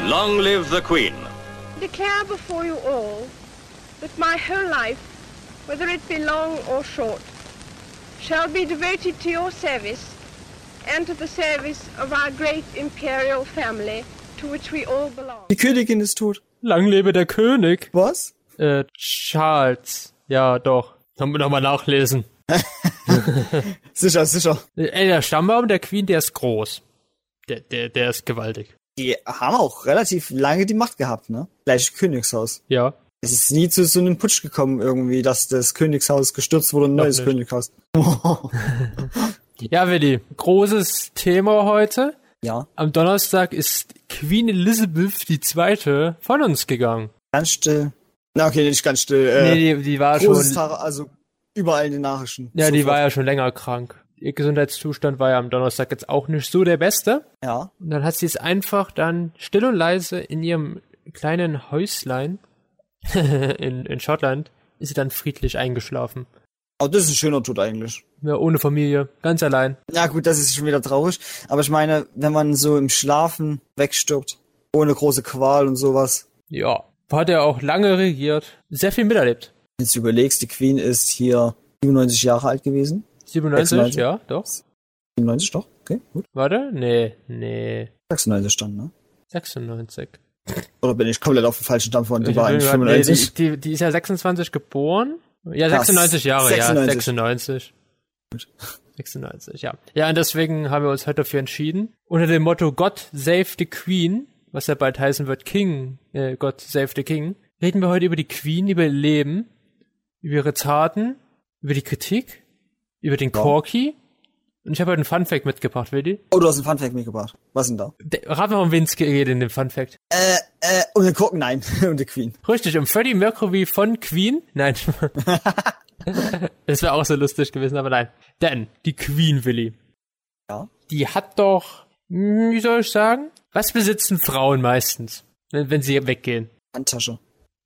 Save the Queen. declare before you all that my whole life, whether it be long or short, shall be devoted to your service and to the service of our great imperial family to which we all belong. Die Königin ist tot. Lang lebe der König. Was? Äh, Charles. Ja, doch. Sollen wir nochmal nachlesen. Sicher, sicher. Äh, Ey, der Stammbaum der Queen, der ist groß. Der, der, der ist gewaltig. Die haben auch relativ lange die Macht gehabt, ne? Gleich Königshaus. Ja. Es ist nie zu so einem Putsch gekommen irgendwie, dass das Königshaus gestürzt wurde und ein neues nicht. Königshaus. Ja, Willi, großes Thema heute. Ja. Am Donnerstag ist Queen Elizabeth II. von uns gegangen. Ganz still. Na, okay, nicht ganz still. Äh, nee, die, die war großes Tag, also überall in den Nachrichten. Ja, die war Sofort. ja schon länger krank. Ihr Gesundheitszustand war ja am Donnerstag jetzt auch nicht so der beste. Ja. Und dann hat sie es einfach dann still und leise in ihrem kleinen Häuslein in, in Schottland, ist sie dann friedlich eingeschlafen. Aber das ist ein schöner Tod eigentlich. Ja, ohne Familie, ganz allein. Ja gut, das ist schon wieder traurig. Aber ich meine, wenn man so im Schlafen wegstirbt, ohne große Qual und sowas, Ja, hat er auch lange regiert, sehr viel miterlebt. wenn du überlegst, die Queen ist hier 97 Jahre alt gewesen. 97, 96? ja, doch. 97 doch? Okay, gut. Warte, nee, nee, 96 dann, ne? 96. Oder bin ich komplett auf dem falschen Dampf und die war Ich eigentlich bin grad- nee, 95? die, die, die ist ja 26 geboren. Ja, Krass. 96 Jahre, 96. ja, 96. 96, ja. Ja, und deswegen haben wir uns heute dafür entschieden. Unter dem Motto God Save the Queen, was ja bald heißen wird King, äh, God Save the King, reden wir heute über die Queen, über ihr Leben, über ihre Taten, über die Kritik, über den Corky. Und ich habe heute einen Funfact mitgebracht, Willi. Oh, du hast einen Funfact mitgebracht. Was denn da? Der- Rat mal, um wen es geht in dem Funfact. Äh, äh, und den Korken, nein. und die Queen. Richtig, um Freddie Mercury von Queen? Nein. das wäre auch so lustig gewesen, aber nein. Denn die Queen, Willi, Ja. die hat doch, hm, wie soll ich sagen, was besitzen Frauen meistens, wenn, wenn sie weggehen? Handtasche.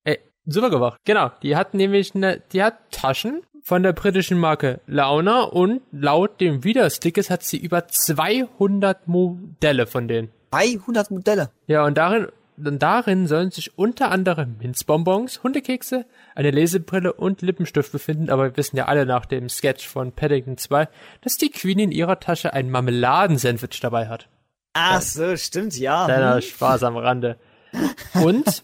Ey, super gemacht. Genau, die hat nämlich eine, die hat Taschen von der britischen Marke Launa und laut dem Widerstickes hat sie über 200 Modelle von denen. 300 Modelle. Ja, und darin, und darin sollen sich unter anderem Minzbonbons, Hundekekse, eine Lesebrille und Lippenstift befinden, aber wir wissen ja alle nach dem Sketch von Paddington 2, dass die Queen in ihrer Tasche ein Marmeladensandwich dabei hat. Ach Ah, so, stimmt, ja. Kleiner Hm. Spaß am Rande. Und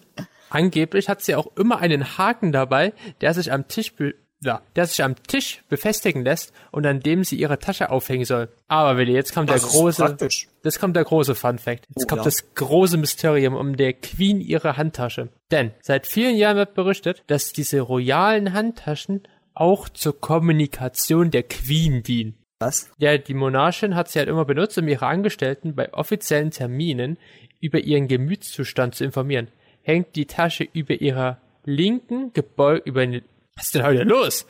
angeblich hat sie auch immer einen Haken dabei, der sich am Tisch be ja, der sich am Tisch befestigen lässt und an dem sie ihre Tasche aufhängen soll. Aber Willi, jetzt kommt Das der ist große, praktisch. das kommt der große Fun Fact. Oh, Jetzt kommt ja. das große Mysterium um der Queen ihre Handtasche. Denn seit vielen Jahren wird berichtet, dass diese royalen Handtaschen auch zur Kommunikation der Queen dienen. Was? Ja, die Monarchin hat sie halt immer benutzt, um ihre Angestellten bei offiziellen Terminen über ihren Gemütszustand zu informieren. Hängt die Tasche über ihrer linken gebeugten über eine- was ist denn heute los?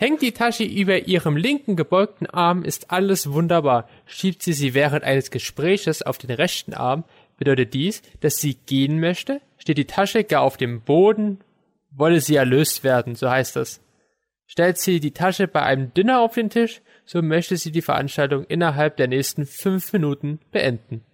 Hängt die Tasche über ihrem linken gebeugten Arm, ist alles wunderbar. Schiebt sie sie während eines Gespräches auf den rechten Arm, bedeutet dies, dass sie gehen möchte, steht die Tasche gar auf dem Boden, wolle sie erlöst werden, so heißt das stellt sie die Tasche bei einem Dinner auf den Tisch, so möchte sie die Veranstaltung innerhalb der nächsten fünf Minuten beenden.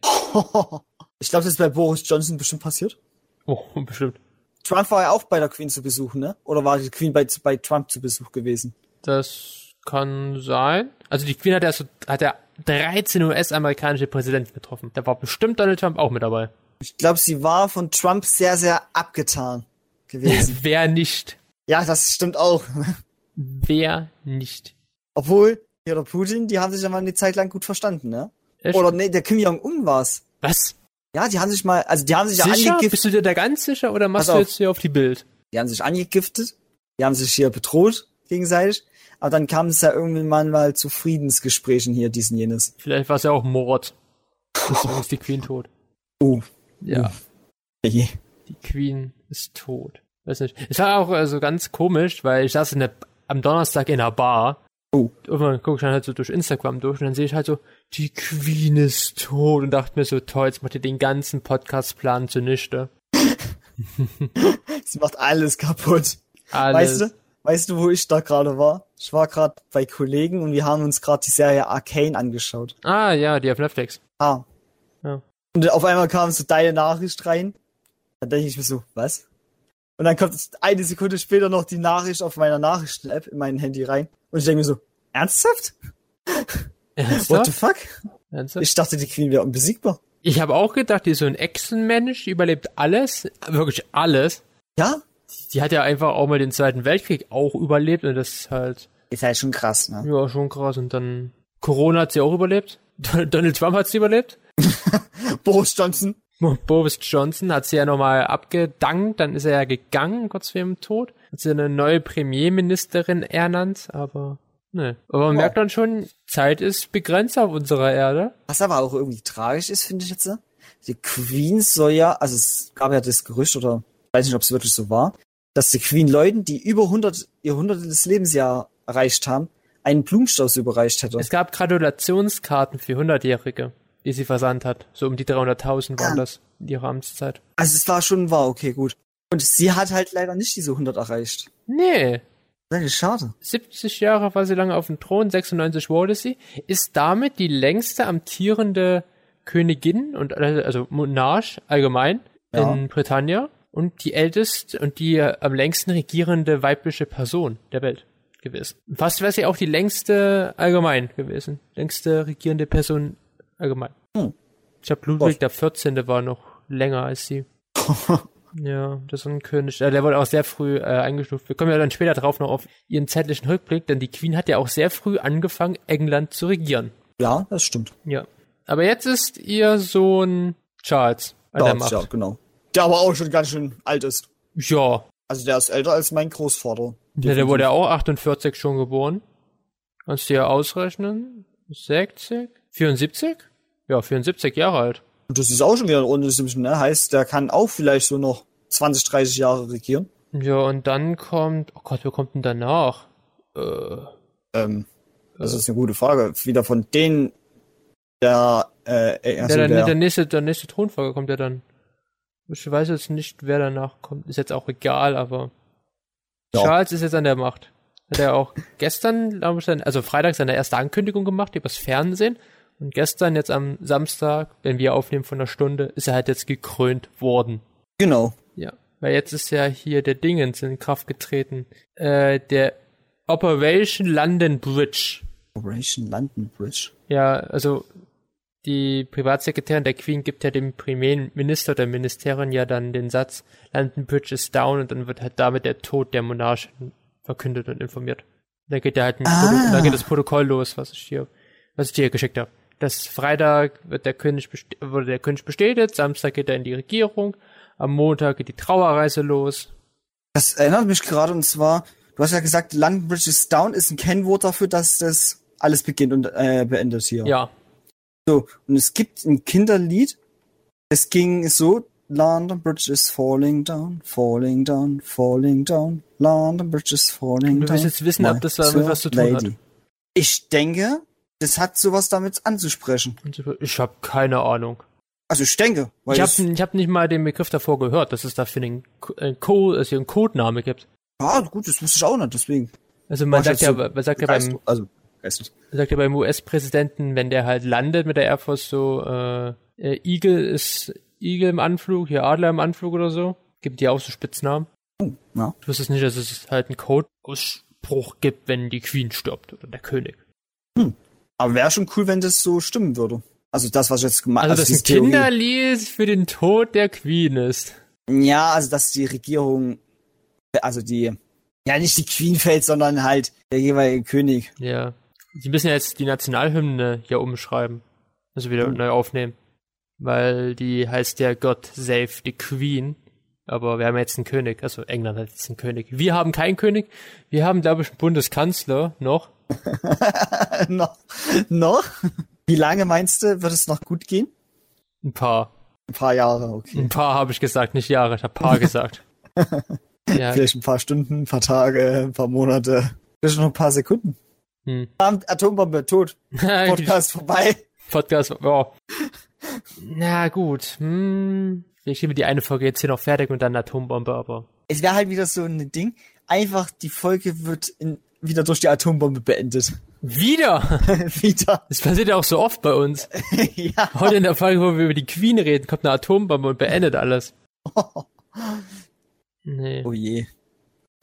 Ich glaube, das ist bei Boris Johnson bestimmt passiert. Oh, bestimmt. Trump war ja auch bei der Queen zu Besuch, ne? Oder war die Queen bei, bei Trump zu Besuch gewesen? Das kann sein. Also die Queen hat ja, so, hat ja 13 US-amerikanische Präsidenten getroffen. Da war bestimmt Donald Trump auch mit dabei. Ich glaube, sie war von Trump sehr, sehr abgetan gewesen. Wer nicht? ja, das stimmt auch. Wer nicht? Obwohl, hier oder Putin, die haben sich ja mal eine Zeit lang gut verstanden, ne? Echt? Oder nee, der Kim Jong-un war's. Was? Ja, die haben sich mal, also die haben sich ja Sicher? angegiftet. Bist du dir da ganz sicher oder machst Pass du auf. jetzt hier auf die Bild? Die haben sich angegiftet. Die haben sich hier bedroht gegenseitig. Aber dann kam es ja irgendwann mal, mal zu Friedensgesprächen hier, diesen jenes. Vielleicht war es ja auch Mord. Deswegen ist die Queen tot. Oh, Ja. je. die Queen ist tot. Weiß nicht. Es war auch äh, so ganz komisch, weil ich saß in der, am Donnerstag in einer Bar. Oh. Und dann gucke ich dann halt so durch Instagram durch und dann sehe ich halt so, die Queen ist tot und dachte mir so, toll, jetzt macht ihr den ganzen Podcastplan zunichte. Sie macht alles kaputt. Weißt Alles. du, weißt du, wo ich da gerade war? Ich war gerade bei Kollegen und wir haben uns gerade die Serie Arcane angeschaut. Ah, ja, die auf Netflix. Ah. Ja. Und auf einmal kam so deine Nachricht rein. Dann denke ich mir so, was? Und dann kommt eine Sekunde später noch die Nachricht auf meiner Nachrichten-App in mein Handy rein. Und ich denke mir so, ernsthaft? What the Ernsthaft? fuck? Ernsthaft? Ich dachte, die Queen wäre unbesiegbar. Ich habe auch gedacht, die ist so ein Echsenmensch, die überlebt alles, wirklich alles. Ja? Die hat ja einfach auch mal den Zweiten Weltkrieg auch überlebt und das ist halt, Ist halt schon krass, ne? ja, schon krass. Und dann Corona hat sie auch überlebt. Donald Trump hat sie überlebt. Boris Johnson. Boris Johnson hat sie ja nochmal abgedankt, dann ist er ja gegangen, kurz vor ihrem Tod. Hat sie eine neue Premierministerin ernannt, aber ne. Aber man Ja. merkt dann schon, Zeit ist begrenzt auf unserer Erde. Was aber auch irgendwie tragisch ist, finde ich jetzt. ne? Die Queen soll ja, also es gab ja das Gerücht oder ich weiß nicht, ob es wirklich so war, dass die Queen Leuten, die über 100 ihr 100. Lebensjahr erreicht haben, einen Blumenstrauß überreicht hätte. Es gab Gratulationskarten für 100-Jährige, die sie versandt hat. So um die 300.000 waren das in ihrer Amtszeit. Also es war schon wahr, okay, gut. Und sie hat halt leider nicht diese 100 erreicht. Nee, Das ist schade. 70 Jahre war sie lange auf dem Thron, 96 wurde sie, ist damit die längste amtierende Königin und also Monarch allgemein Ja. in Britannia und die älteste und die äh, am längsten regierende weibliche Person der Welt gewesen. Fast wäre sie auch die längste allgemein gewesen, längste regierende Person allgemein. Hm. Ich glaube Ludwig der 14. war noch länger als sie. Ja, das ist ein König. Äh, Der wurde auch sehr früh äh, eingestuft. Wir kommen ja dann später drauf noch auf ihren zeitlichen Rückblick, denn die Queen hat ja auch sehr früh angefangen, England zu regieren. ja, das stimmt. Ja. Aber jetzt ist ihr Sohn Charles an der Ja, Macht. ja, genau. Der aber auch schon ganz schön alt ist. Ja. Also der ist älter als mein Großvater. ja. Der wurde ja auch 48 schon geboren. Kannst du ja ausrechnen? 60? 74? Ja, 74 Jahre alt. Und das ist auch schon wieder ein ordentliches Sümmchen, ne? Heißt, der kann auch vielleicht so noch 20, 30 Jahre regieren. Ja, und dann kommt. Oh Gott, wer kommt denn danach? Äh, Ähm, das ist eine gute Frage. Wieder von denen, der, äh, also der, der, der, der, nächste, der nächste Thronfolger kommt ja dann. Ich weiß jetzt nicht, wer danach kommt. Ist jetzt auch egal, aber. Ja. Charles ist jetzt an der Macht. Hat er auch gestern, glaub ich, sein- also Freitag seine erste Ankündigung gemacht übers Fernsehen. Und gestern, jetzt am Samstag, wenn wir aufnehmen von einer Stunde, ist er halt jetzt gekrönt worden. genau. Ja. Weil jetzt ist ja hier der Dingens in Kraft getreten. Äh, der Operation London Bridge. Operation London Bridge. Ja, also die Privatsekretärin der Queen gibt ja dem Premierminister oder Ministerin ja dann den Satz, London Bridge is down und dann wird halt damit der Tod der Monarchen verkündet und informiert. Dann geht ja halt ein Ah. Proto- dann geht das Protokoll los, was ich dir, was ich dir geschickt habe. Das Freitag wird der König best- wurde der König bestätigt, Samstag geht er in die Regierung, am Montag geht die Trauerreise los. Das erinnert mich gerade und zwar, du hast ja gesagt, London Bridge is down ist ein Kennwort dafür, dass das alles beginnt und äh, beendet hier. Ja, So, und es gibt ein Kinderlied, es ging so, London Bridge is falling down, falling down, falling down, London Bridge is falling Du down. willst jetzt wissen, ob my das damit was zu sweet tun hat. Ich denke, das hat sowas damit anzusprechen. und so- ich habe keine Ahnung. Also ich denke, weil Ich habe es- ich hab nicht mal den Begriff davor gehört, dass es dafür einen, Co- äh, Co dass hier einen Codename gibt. ja, Ah, gut, das wusste ich auch nicht, deswegen. Also man War sagt schon ja, so man sagt ja beim, Geist- also, geistig. sagt ja beim US-Präsidenten, wenn der halt landet mit der Air Force so, äh, äh, Eagle ist Eagle im Anflug, hier Adler im Anflug oder so. Gibt die auch so Spitznamen. Ja. Du wusstest nicht, dass es halt einen Codeausspruch gibt, wenn die Queen stirbt oder der König. Aber wäre schon cool, wenn das so stimmen würde. Also das, was ich jetzt gemeint Also, dass diese ein Theorie. Kinderlied für den Tod der Queen ist. Ja, also dass die Regierung, also die, ja nicht die Queen fällt, sondern halt der jeweilige König. Ja. Sie müssen ja jetzt die Nationalhymne ja umschreiben. Also wieder Mhm. neu aufnehmen. Weil die heißt ja God Save the Queen. Aber wir haben jetzt einen König. Also England hat jetzt einen König. Wir haben keinen König. Wir haben, glaube ich, einen Bundeskanzler noch. noch, noch? Wie lange meinst du, wird es noch gut gehen? Ein paar. Ein paar Jahre, okay. Ein paar habe ich gesagt, nicht Jahre. Ich habe paar gesagt. ja, Vielleicht ein paar Stunden, ein paar Tage, ein paar Monate, vielleicht noch ein paar Sekunden. Hm. Abend, Atombombe, tot, Podcast vorbei. Podcast. Ja. Na gut. Hm. Ich schiebe die eine Folge jetzt hier noch fertig und dann Atombombe, aber. Es wäre halt wieder so ein Ding, einfach die Folge wird in, wieder durch die Atombombe beendet. Wieder! wieder. Das passiert ja auch so oft bei uns. ja. Heute in der Folge, wo wir über die Queen reden, kommt eine Atombombe und beendet alles. Nee. Oh je.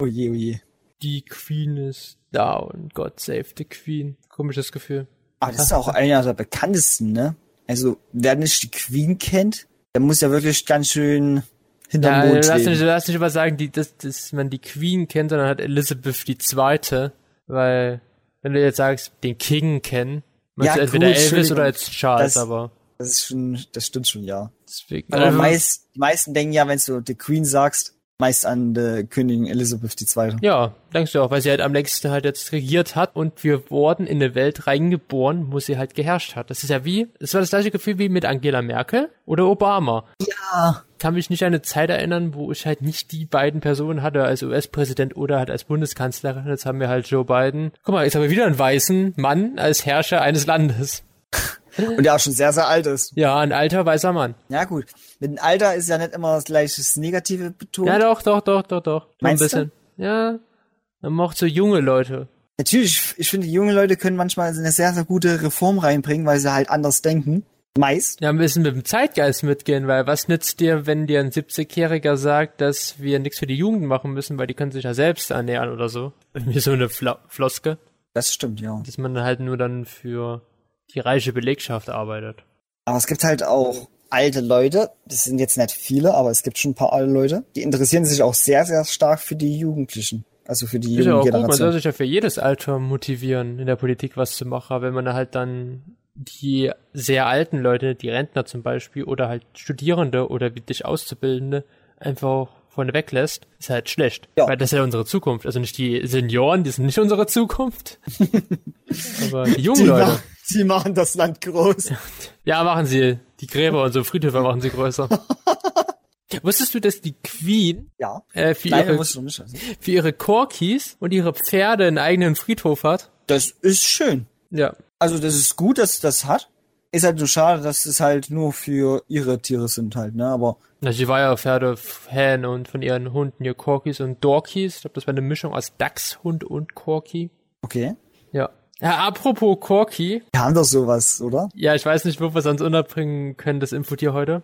Oh je, oh je. Die Queen ist down. God save the Queen. Komisches Gefühl. Aber das ist auch einer der bekanntesten, ne? Also, wer nicht die Queen kennt, der muss ja wirklich ganz schön hinterm Ja, Mond lass leben. nicht, lass nicht immer sagen, die, dass, dass man die Queen kennt, sondern hat Elizabeth die Zweite, weil wenn du jetzt sagst, den King kennen, meinst Ja, du entweder cool, Elvis Entschuldigung. oder jetzt Charles, Das- aber Das ist schon, das stimmt schon, ja. deswegen. Aber Also, meist, die meisten denken ja, wenn du die Queen sagst, meist an die Königin Elizabeth II. ja, denkst du auch, weil sie halt am längsten halt jetzt regiert hat und wir wurden in eine Welt reingeboren, wo sie halt geherrscht hat. Das ist ja wie, es war das gleiche Gefühl wie mit Angela Merkel oder Obama. Ja. Kann mich nicht an eine Zeit erinnern, wo ich halt nicht die beiden Personen hatte, als US-Präsident oder halt als Bundeskanzlerin. Jetzt haben wir halt Joe Biden. Guck mal, jetzt haben wir wieder einen weißen Mann als Herrscher eines Landes. Und der auch schon sehr, sehr alt ist. Ja, ein alter weißer Mann. Ja, gut. Mit dem Alter ist ja nicht immer das gleiche das Negative betont. Ja, doch, doch, doch, doch, doch. Nur Meinst du? Ja. Man mochte so junge Leute. Natürlich, ich finde, junge Leute können manchmal eine sehr, sehr gute Reform reinbringen, weil sie halt anders denken. Meist. Ja, müssen mit dem Zeitgeist mitgehen, weil was nützt dir, wenn dir ein 70-Jähriger sagt, dass wir nichts für die Jugend machen müssen, weil die können sich ja selbst ernähren oder so. Irgendwie so eine Fla Floske, Das stimmt, ja. dass man halt nur dann für die reiche Belegschaft arbeitet. Aber es gibt halt auch alte Leute, das sind jetzt nicht viele, aber es gibt schon ein paar alte Leute, die interessieren sich auch sehr, sehr stark für die Jugendlichen. Also für die Ist ja junge auch gut, man soll Generation. sich ja für jedes Alter motivieren, in der Politik was zu machen, wenn man halt dann die sehr alten Leute, die Rentner zum Beispiel, oder halt Studierende oder wie dich Auszubildende, einfach auch vorne weglässt, ist halt schlecht. Ja. Weil das ist ja unsere Zukunft. Also nicht die Senioren, die sind nicht unsere Zukunft. Aber die jungen Die, Leute. ma- die machen das Land groß. Ja, machen sie. Die Gräber und so Friedhöfe machen sie größer. Wusstest du, dass die Queen Ja. äh, für, Nein, man ihre, muss schon nicht. wissen. für ihre Corkis und ihre Pferde einen eigenen Friedhof hat? Das ist schön. Ja. Also das ist gut, dass es das hat. Ist halt nur schade, dass es halt nur für ihre Tiere sind halt, ne? Aber Na, sie war ja Pferdefan und von ihren Hunden hier Corkis und Dorkis. Ich glaube, das war eine Mischung aus Dachshund und Corki. okay. Ja. ja. Apropos Corki. Wir haben doch sowas, oder? Ja, ich weiß nicht, wo wir es sonst unterbringen können, das Infotier heute.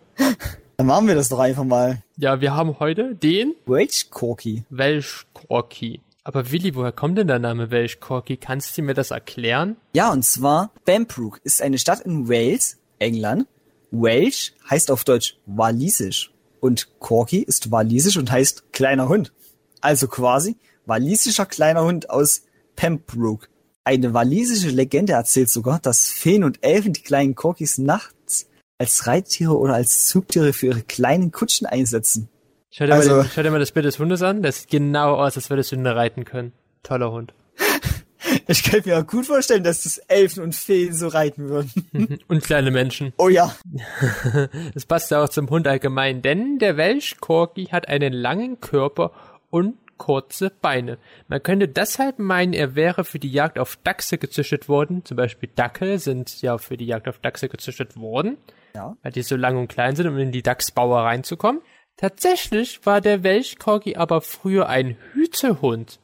Dann machen wir das doch einfach mal. Ja, wir haben heute den Rage Corky. Welsh Corki. Aber Willi, woher kommt denn der Name Welsh Corki? Kannst du mir das erklären? Ja, und zwar Bambrook ist eine Stadt in Wales, England. Welsh heißt auf Deutsch walisisch und Corky ist walisisch und heißt kleiner Hund. Also quasi walisischer kleiner Hund aus Pembroke. Eine walisische Legende erzählt sogar, dass Feen und Elfen die kleinen Corkis nachts als Reittiere oder als Zugtiere für ihre kleinen Kutschen einsetzen. Schau dir, Also- mal, den, schau dir mal das Bild des Hundes an. Das sieht genau aus, als würdest du ihn reiten können. Toller Hund. Ich kann mir auch gut vorstellen, dass das Elfen und Feen so reiten würden. Und kleine Menschen. Oh ja. Das passt ja auch zum Hund allgemein, denn der Welsh Corgi hat einen langen Körper und kurze Beine. Man könnte deshalb meinen, er wäre für die Jagd auf Dachse gezüchtet worden. Zum Beispiel Dackel sind ja für die Jagd auf Dachse gezüchtet worden, Ja. weil die so lang und klein sind, um in die Dachsbauer reinzukommen. Tatsächlich war der Welsh Corgi aber früher ein Hütehund.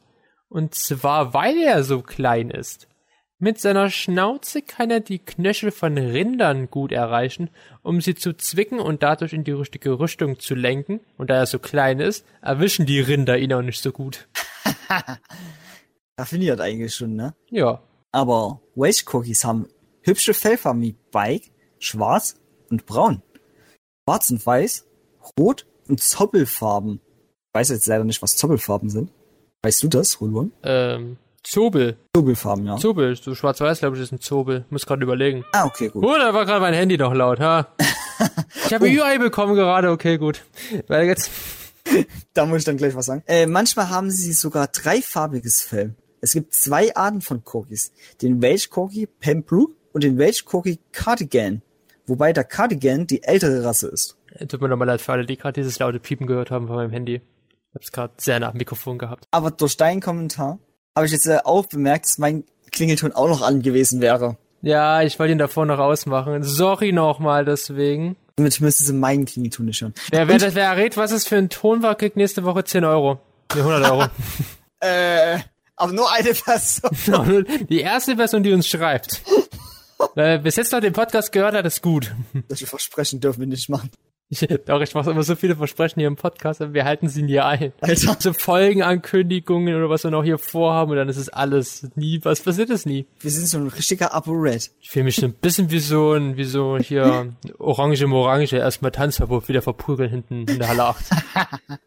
Und zwar, weil er so klein ist. Mit seiner Schnauze kann er die Knöchel von Rindern gut erreichen, um sie zu zwicken und dadurch in die richtige Richtung zu lenken. Und da er so klein ist, erwischen die Rinder ihn auch nicht so gut. Raffiniert eigentlich schon, ne? Ja. Aber Welsh Corgis haben hübsche Fellfarben wie Bike, schwarz und braun. Schwarz und weiß, rot und Zoppelfarben. Ich weiß jetzt leider nicht, was Zoppelfarben sind. Weißt du das, Rolon? Ähm, Zobel. Zoppelfarben, ja. Zobel. So schwarz-weiß, glaube ich, ist ein Zobel. Muss gerade überlegen. ah, okay, gut. Oh, da war gerade mein Handy noch laut, ha? Ich habe ein UI bekommen gerade, okay, gut. Weil jetzt. Da muss ich dann gleich was sagen. Äh, manchmal haben sie sogar dreifarbiges Fell. Es gibt zwei Arten von Corgis. Den Welsh Corgi Pembroke und den Welsh Corgi Cardigan. Wobei der Cardigan die ältere Rasse ist. Tut mir nochmal leid für alle, die gerade dieses laute Piepen gehört haben von meinem Handy. Ich hab's gerade sehr nach dem Mikrofon gehabt. Aber durch deinen Kommentar habe ich jetzt äh, auch bemerkt, dass mein Klingelton auch noch an gewesen wäre. Ja, ich wollte ihn davor noch ausmachen. Sorry nochmal deswegen. Damit müsste sie meinen Klingelton nicht hören. Wer, wer, das, wer errät, was es für ein Ton war, kriegt nächste Woche 10 Euro. Nee, 100 Euro. Äh, aber nur eine Person. Genau, die erste Person, die uns Äh, schreibt. Wer bis jetzt noch den Podcast gehört hat, ist gut. Solche Versprechen dürfen wir nicht machen. Ich, doch, ich mache immer so viele Versprechen hier im Podcast, aber wir halten sie nie ein. Alter. So Folgenankündigungen oder was wir noch hier vorhaben und dann ist es alles nie, was passiert ist nie. Wir sind so ein richtiger Apo-Red. Ich fühle mich so ein bisschen wie so ein, wie so hier Orange im Orange, erstmal Tanzverbot, wieder verprügeln hinten in der Halle 8.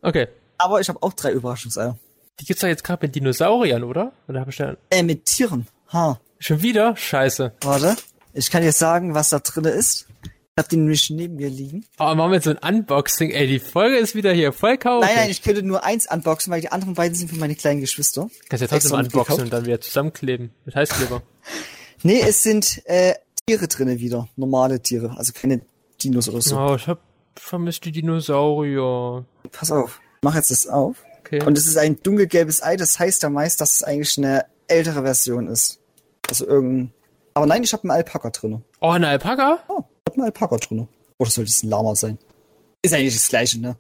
Okay. Aber ich habe auch drei Überraschungseier. Die gibt's doch jetzt gerade mit Dinosauriern, oder? Oder habe ich da Äh, mit Tieren. Ha. schon wieder? Scheiße. Warte. Ich kann dir sagen, was da drinne ist. Ich hab den nämlich neben mir liegen. Aber machen wir jetzt so ein Unboxing, ey, die Folge ist wieder hier voll chaotisch. Nein, nein, ich könnte nur eins unboxen, weil die anderen beiden sind für meine kleinen Geschwister. Kannst ja trotzdem Extra unboxen mitgekauft. und dann wieder zusammenkleben mit Heißkleber. Nee, es sind äh, Tiere drinne wieder. Normale Tiere. Also keine Dinos oder so. Oh, ich hab vermisst die Dinosaurier. Pass auf. Ich mach jetzt das auf. Okay. Und es ist ein dunkelgelbes Ei. Das heißt ja meist, dass es eigentlich eine ältere Version ist. Also irgendein... Aber nein, ich hab einen Alpaka drinne. oh, eine Alpaka? Oh, ich hab einen Alpaka drinne. Oder sollte es ein Lama sein? Ist eigentlich das gleiche, ne?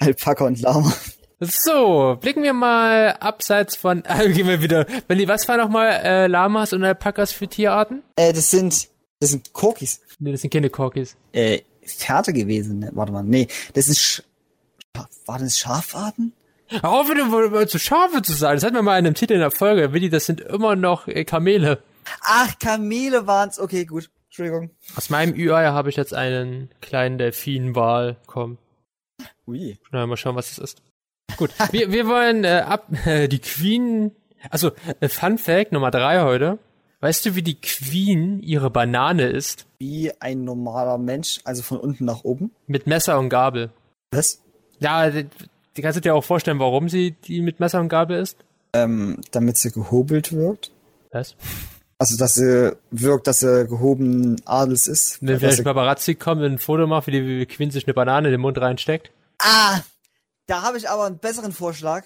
Alpaka und Lama. So, blicken wir mal abseits von. Ah, gehen wir wieder. Wenn die was war nochmal äh, Lamas und Alpakas für Tierarten? Äh, das sind... Das sind Korkis. Nee, das sind keine Korkis. äh, Fährte gewesen. Ne? Warte mal, nee, das ist Sch Scha- war das Schafarten? Hör Auf mit dem Wort, zu Schafe zu sein. Das hatten wir mal in einem Titel in der Folge. Willi, das sind immer noch äh, Kamele. Ach, Kamele waren's. Okay, gut. Entschuldigung. Aus meinem UI habe ich jetzt einen kleinen Delfinwal kommen. Ui. Na, mal schauen, was es ist. Gut, wir, wir wollen äh, ab äh, die Queen. Also äh, Fun Fact Nummer drei heute. Weißt du, wie die Queen ihre Banane isst? Wie ein normaler Mensch, also von unten nach oben. Mit Messer und Gabel. Was? Ja, die, die kannst du dir auch vorstellen, warum sie die mit Messer und Gabel isst. Ähm, damit sie gehobelt wirkt. Was? Also, dass sie wirkt, dass sie gehobenen Adels ist. Wenn Dass sie- vielleicht Paparazzi kommen und ein Foto macht, wie die wie Queen sich eine Banane in den Mund reinsteckt. ah, da habe ich aber einen besseren Vorschlag.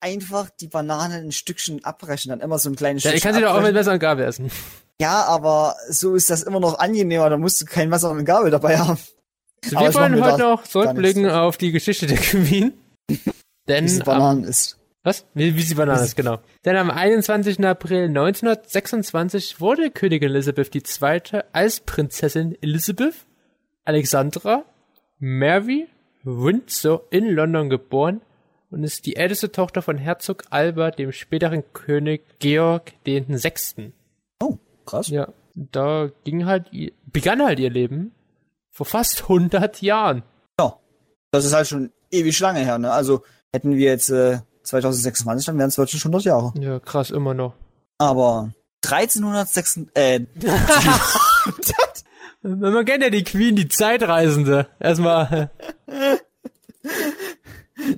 Einfach die Banane in Stückchen abbrechen, dann immer so ein kleines Ja, ich Stückchen. kann sie doch auch abbrechen. mit Messer und Gabel essen. ja, aber so ist das immer noch angenehmer, da musst du kein Messer und Gabel dabei haben. So, Aber wir ich mach wollen mir heute da noch zurückblicken gar nichts auf die Geschichte der Queen. Denn Diese am- Bananen ist. Was? Wie, wie sie Bananen ist, genau. Denn am 21. April 1926 wurde Königin Elizabeth II. als Prinzessin Elizabeth Alexandra Mary Windsor in London geboren und ist die älteste Tochter von Herzog Albert, dem späteren König Georg VI. Oh, krass. Ja, da ging halt, ihr- begann halt ihr Leben vor fast 100 Jahren. Das ist halt schon ewig lange her, ne? Also hätten wir jetzt äh, 2026, dann wären es wirklich schon 100 Jahre. Ja, krass, immer noch. Aber 1306, äh, Man kennt ja die Queen, die Zeitreisende. Erstmal, äh,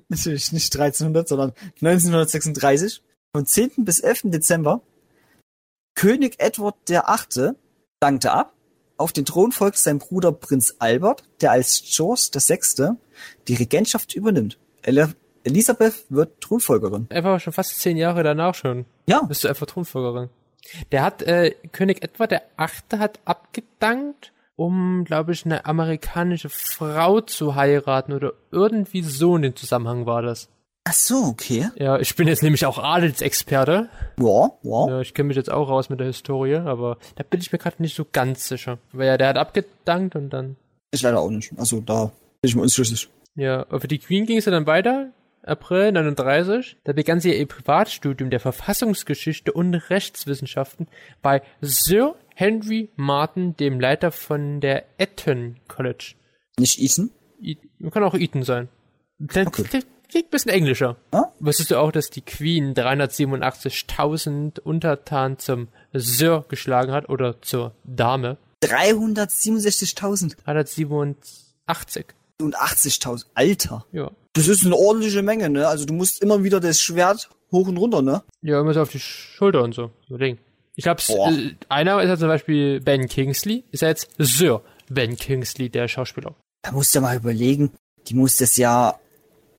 natürlich nicht 1300, sondern 1936, vom 10. bis 11. Dezember, König Edward VIII. dankte ab. Auf den Thron folgt sein Bruder Prinz Albert, der als George VI. die Regentschaft übernimmt. Ele Elisabeth wird Thronfolgerin. einfach schon fast zehn Jahre danach schon. Ja, Bist du einfach Thronfolgerin. Der hat, äh, König Edward der Achte hat abgedankt, um, glaube ich, eine amerikanische Frau zu heiraten oder irgendwie so in dem Zusammenhang war das. ach so, okay. Ja, ich bin jetzt nämlich auch Adelsexperte. Ja, ja. Ja, ich kenne mich jetzt auch raus mit der Historie, aber da bin ich mir gerade nicht so ganz sicher. Aber ja, der hat abgedankt und dann, Ich leider auch nicht. Also da bin ich mir unschlüssig. ja, Und für die Queen ging es ja dann weiter. April 39, da begann sie ihr Privatstudium der Verfassungsgeschichte und Rechtswissenschaften bei Sir Henry Martin, dem Leiter von der Eton College. Nicht Ethan? I kann auch Eton sein. Klingt Okay. klingt- klingt ein bisschen englischer. Ja? Wusstest du auch, dass die Queen 387.000 Untertanen zum Sir geschlagen hat oder zur Dame? 367.000 187. und 80.000. Alter. Ja. Das ist eine ordentliche Menge, ne? Also du musst immer wieder das Schwert hoch und runter, ne? Ja, immer so auf die Schulter und so. so Ding. Ich glaub's, Boah. äh, einer ist ja zum Beispiel Ben Kingsley, ist ja jetzt Sir Ben Kingsley, der Schauspieler. Da musst du ja mal überlegen, die muss das ja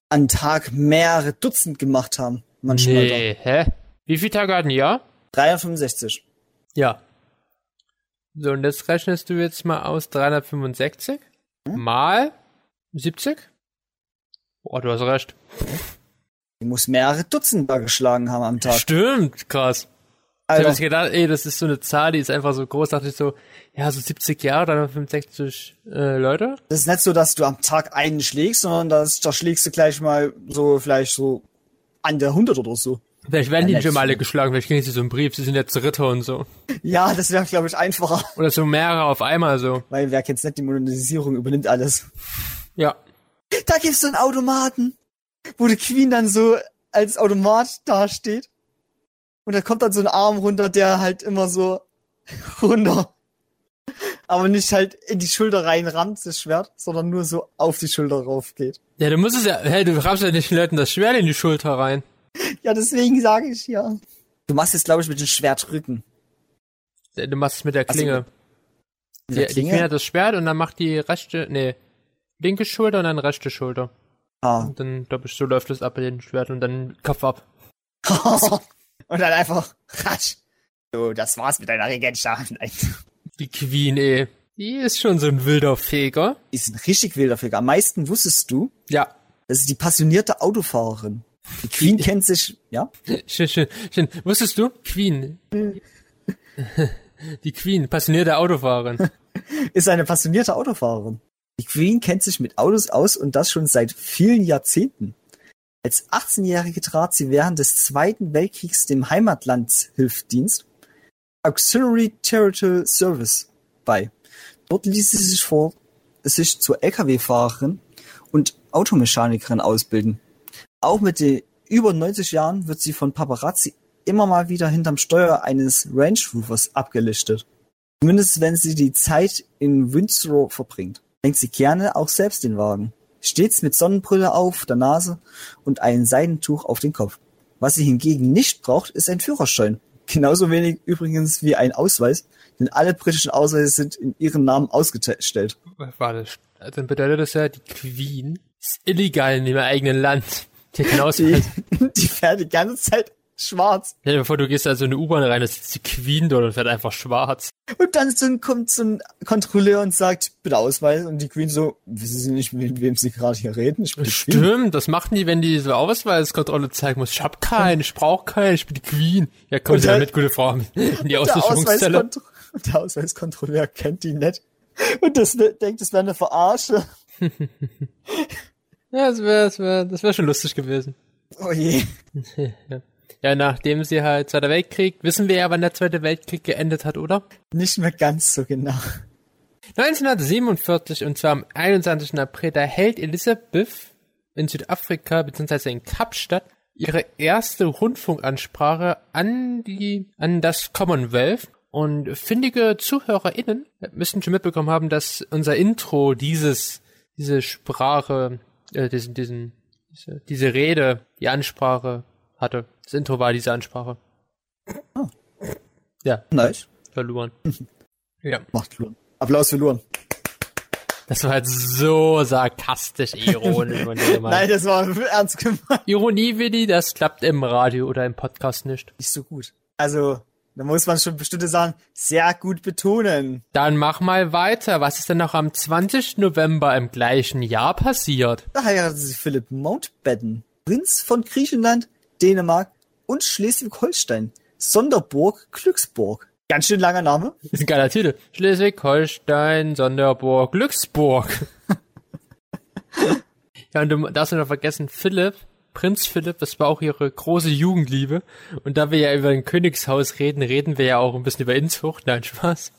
an Tag mehrere Dutzend gemacht haben. Manchmal Nee, hä? Wie viele Tage hatten ja? doch. 365. Ja. So, und das rechnest du jetzt mal aus 365 mal 70? Hm? Boah, du hast recht. Die muss mehrere Dutzend da geschlagen haben am Tag. Also, Stimmt, krass. Ich habe Alter, jetzt gedacht, ey, das ist so eine Zahl, die ist einfach so groß, dachte ich so, ja, so 70 Jahre, dann 65 äh, Leute. das ist nicht so, dass du am Tag einen schlägst, sondern das, da schlägst du gleich mal so, vielleicht so an der 100 oder so. Vielleicht werden Ja, die schon mal alle letztlich. geschlagen, vielleicht kriegen sie so einen Brief, sie sind jetzt Ritter und so. Ja, das wäre, glaube ich, einfacher, Oder so mehrere auf einmal so. weil wer kennt's nicht, die Modernisierung übernimmt alles. Ja. Da gibt's so einen Automaten, wo die Queen dann so als Automat dasteht. Und da kommt dann so ein Arm runter, der halt immer so runter. Aber nicht halt in die Schulter reinrammt, das Schwert, sondern nur so auf die Schulter rauf geht. Ja, du musst es ja, hey, du rammst ja nicht den Leuten das Schwert in die Schulter rein. Ja, deswegen sage ich ja. Du machst jetzt, glaube ich, mit dem Schwert Rücken. Du machst es mit der Also, Klinge. Mit die, der die Klinge? Queen hat das Schwert und dann macht die rechte, nee, linke Schulter und dann rechte Schulter. Ah. Und dann, glaube ich, so läuft es ab mit dem Schwert und dann Kopf ab. Und dann einfach rasch. So, das war's mit deiner Regentschaft. Nein. Die Queen, ey. Die ist schon so ein wilder Feger. Die sind richtig wild dafür. Am meisten wusstest du, Ja. das ist die passionierte Autofahrerin. Die Queen kennt sich, ja? Schön, schön, schön. Wusstest du? Queen. Äh. Die Queen, passionierte Autofahrerin. ist eine passionierte Autofahrerin. Die Queen kennt sich mit Autos aus und das schon seit vielen Jahrzehnten. Als 18-Jährige trat sie während des Zweiten Weltkriegs dem Heimatlandshilfdienst Auxiliary Territorial Service bei. Dort ließ sie sich vor, sich zur Lkw-Fahrerin und Automechanikerin ausbilden. Auch mit den über 90 Jahren wird sie von Paparazzi immer mal wieder hinterm Steuer eines Range Rovers abgelichtet. Zumindest wenn sie die Zeit in Windsor verbringt, lenkt sie gerne auch selbst den Wagen. Stets mit Sonnenbrille auf der Nase und einem Seidentuch auf den Kopf. Was sie hingegen nicht braucht, ist ein Führerschein. Genauso wenig übrigens wie ein Ausweis, denn alle britischen Ausweise sind in ihrem Namen ausgestellt. Warte, also dann bedeutet das ja, die Queen ist illegal in ihrem eigenen Land. Die hat keinen Die, Ausweis. die fährt die ganze Zeit schwarz. Stell dir mal vor, du gehst also in eine U-Bahn rein, da sitzt die Queen dort und fährt einfach schwarz. Und dann so ein, kommt so ein Kontrolleur und sagt, bitte Ausweis. Und die Queen so, wissen Sie nicht, mit wem Sie gerade hier reden? Ich bin die Queen. Stimmt, das machen die, wenn die so Ausweiskontrolle zeigen muss. Ich hab keinen, ich brauch keinen, ich bin die Queen. Ja, kommen Und Sie der- mal mit, gute Frau, in die der, Auslöschungszelle. Ausweiskontro der Ausweiskontrolleur kennt die nicht. Und das ne- denkt, das wäre eine Verarsche. Ja, das wäre das wär, das wär schon lustig gewesen. Oh je. Ja, nachdem sie halt Zweiter Weltkrieg, wissen wir ja, wann der Zweite Weltkrieg geendet hat, oder? Nicht mehr ganz so genau. 1947 und zwar am 21. April, da hält Elisabeth in Südafrika bzw. in Kapstadt ihre erste Rundfunkansprache an die an das Commonwealth und findige ZuhörerInnen müssen schon mitbekommen haben, dass unser Intro dieses diese Sprache äh, diesen diesen diese, diese Rede die Ansprache hatte. Das Intro war diese Ansprache. Oh. Ja, Nice. verloren. ja. Macht Luan. Applaus für Luan. Das war halt so sarkastisch ironisch. wenn du mal- Nein, das war ernst gemeint. Ironie, Willi, das klappt im Radio oder im Podcast nicht. Nicht so gut. Also, da muss man schon bestimmte Sachen sehr gut betonen. Dann mach mal weiter. Was ist denn noch am 20. November im gleichen Jahr passiert? Da heiratete sie Philipp Mountbatten, Prinz von Griechenland, Dänemark und Schleswig-Holstein. Sonderburg, Glücksburg. Ganz schön langer Name. Das ist ein geiler Titel. Schleswig-Holstein, Sonderburg, Glücksburg. ja, und du darfst nicht noch vergessen, Philipp, Prinz Philipp, das war auch ihre große Jugendliebe. Und da wir ja über ein Königshaus reden, reden wir ja auch ein bisschen über Inzucht. Nein, Spaß.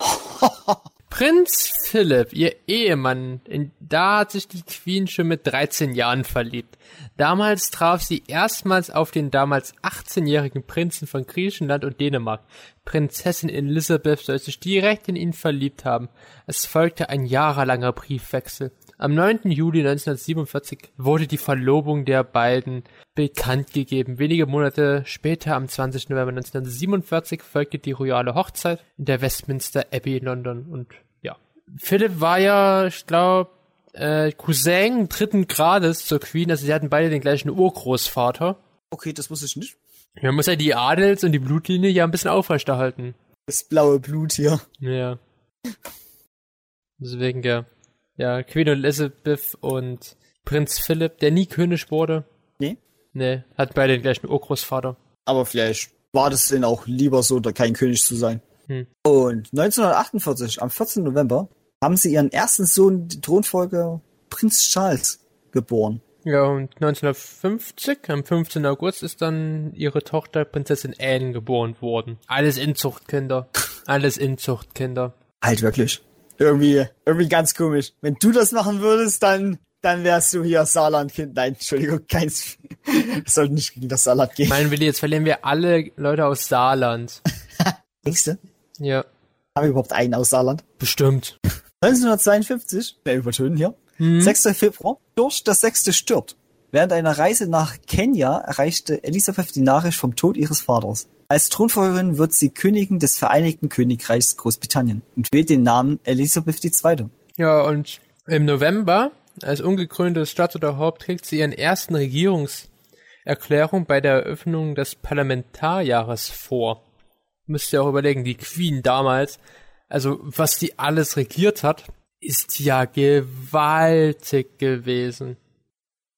Prinz Philipp, ihr Ehemann, in, da hat sich die Queen schon mit 13 Jahren verliebt. Damals traf sie erstmals auf den damals 18-jährigen Prinzen von Griechenland und Dänemark. Prinzessin Elisabeth soll sich direkt in ihn verliebt haben. Es folgte ein jahrelanger Briefwechsel. Am 9. Juli 1947 wurde die Verlobung der beiden bekannt gegeben. Wenige Monate später, am 20. November 1947, folgte die royale Hochzeit in der Westminster Abbey in London. Und ja, Philipp war ja, ich glaube, äh, Cousin dritten Grades zur Queen. Also sie hatten beide den gleichen Urgroßvater. Okay, das wusste ich nicht. Man muss ja die Adels und die Blutlinie ja ein bisschen aufrechterhalten. Das blaue Blut hier. Ja. Deswegen, ja. Ja, Queen Elizabeth und Prinz Philipp, der nie König wurde. Nee. Nee, hat beide den gleichen Urgroßvater. Aber vielleicht war das denn auch lieber so, da kein König zu sein. Hm. Und 1948, am 14. November, haben sie ihren ersten Sohn, die Thronfolger Prinz Charles, geboren. Ja, und 1950, am 15. August, ist dann ihre Tochter Prinzessin Anne geboren worden. Alles Inzuchtkinder. Alles Inzuchtkinder. Halt wirklich. Irgendwie, irgendwie ganz komisch. Wenn du das machen würdest, dann, dann wärst du hier Saarlandkind. Nein, Entschuldigung, keins. Es sollte nicht gegen das Saarland gehen. Mein Willi, jetzt verlieren wir alle Leute aus Saarland. Denkst du? Ja, Haben wir überhaupt einen aus Saarland? bestimmt. 1952, wir übertönen hier, Mhm. 6. Februar, durch das Sechste stirbt. Während einer Reise nach Kenia erreichte Elisabeth die Nachricht vom Tod ihres Vaters. Als Thronfolgerin wird sie Königin des Vereinigten Königreichs Großbritannien und wählt den Namen Elisabeth II. Ja, und im November, als ungekröntes Staatsoberhaupt, kriegt sie ihren ersten Regierungserklärung bei der Eröffnung des Parlamentarjahres vor. Müsst ihr auch überlegen, die Queen damals, also was die alles regiert hat, ist ja gewaltig gewesen.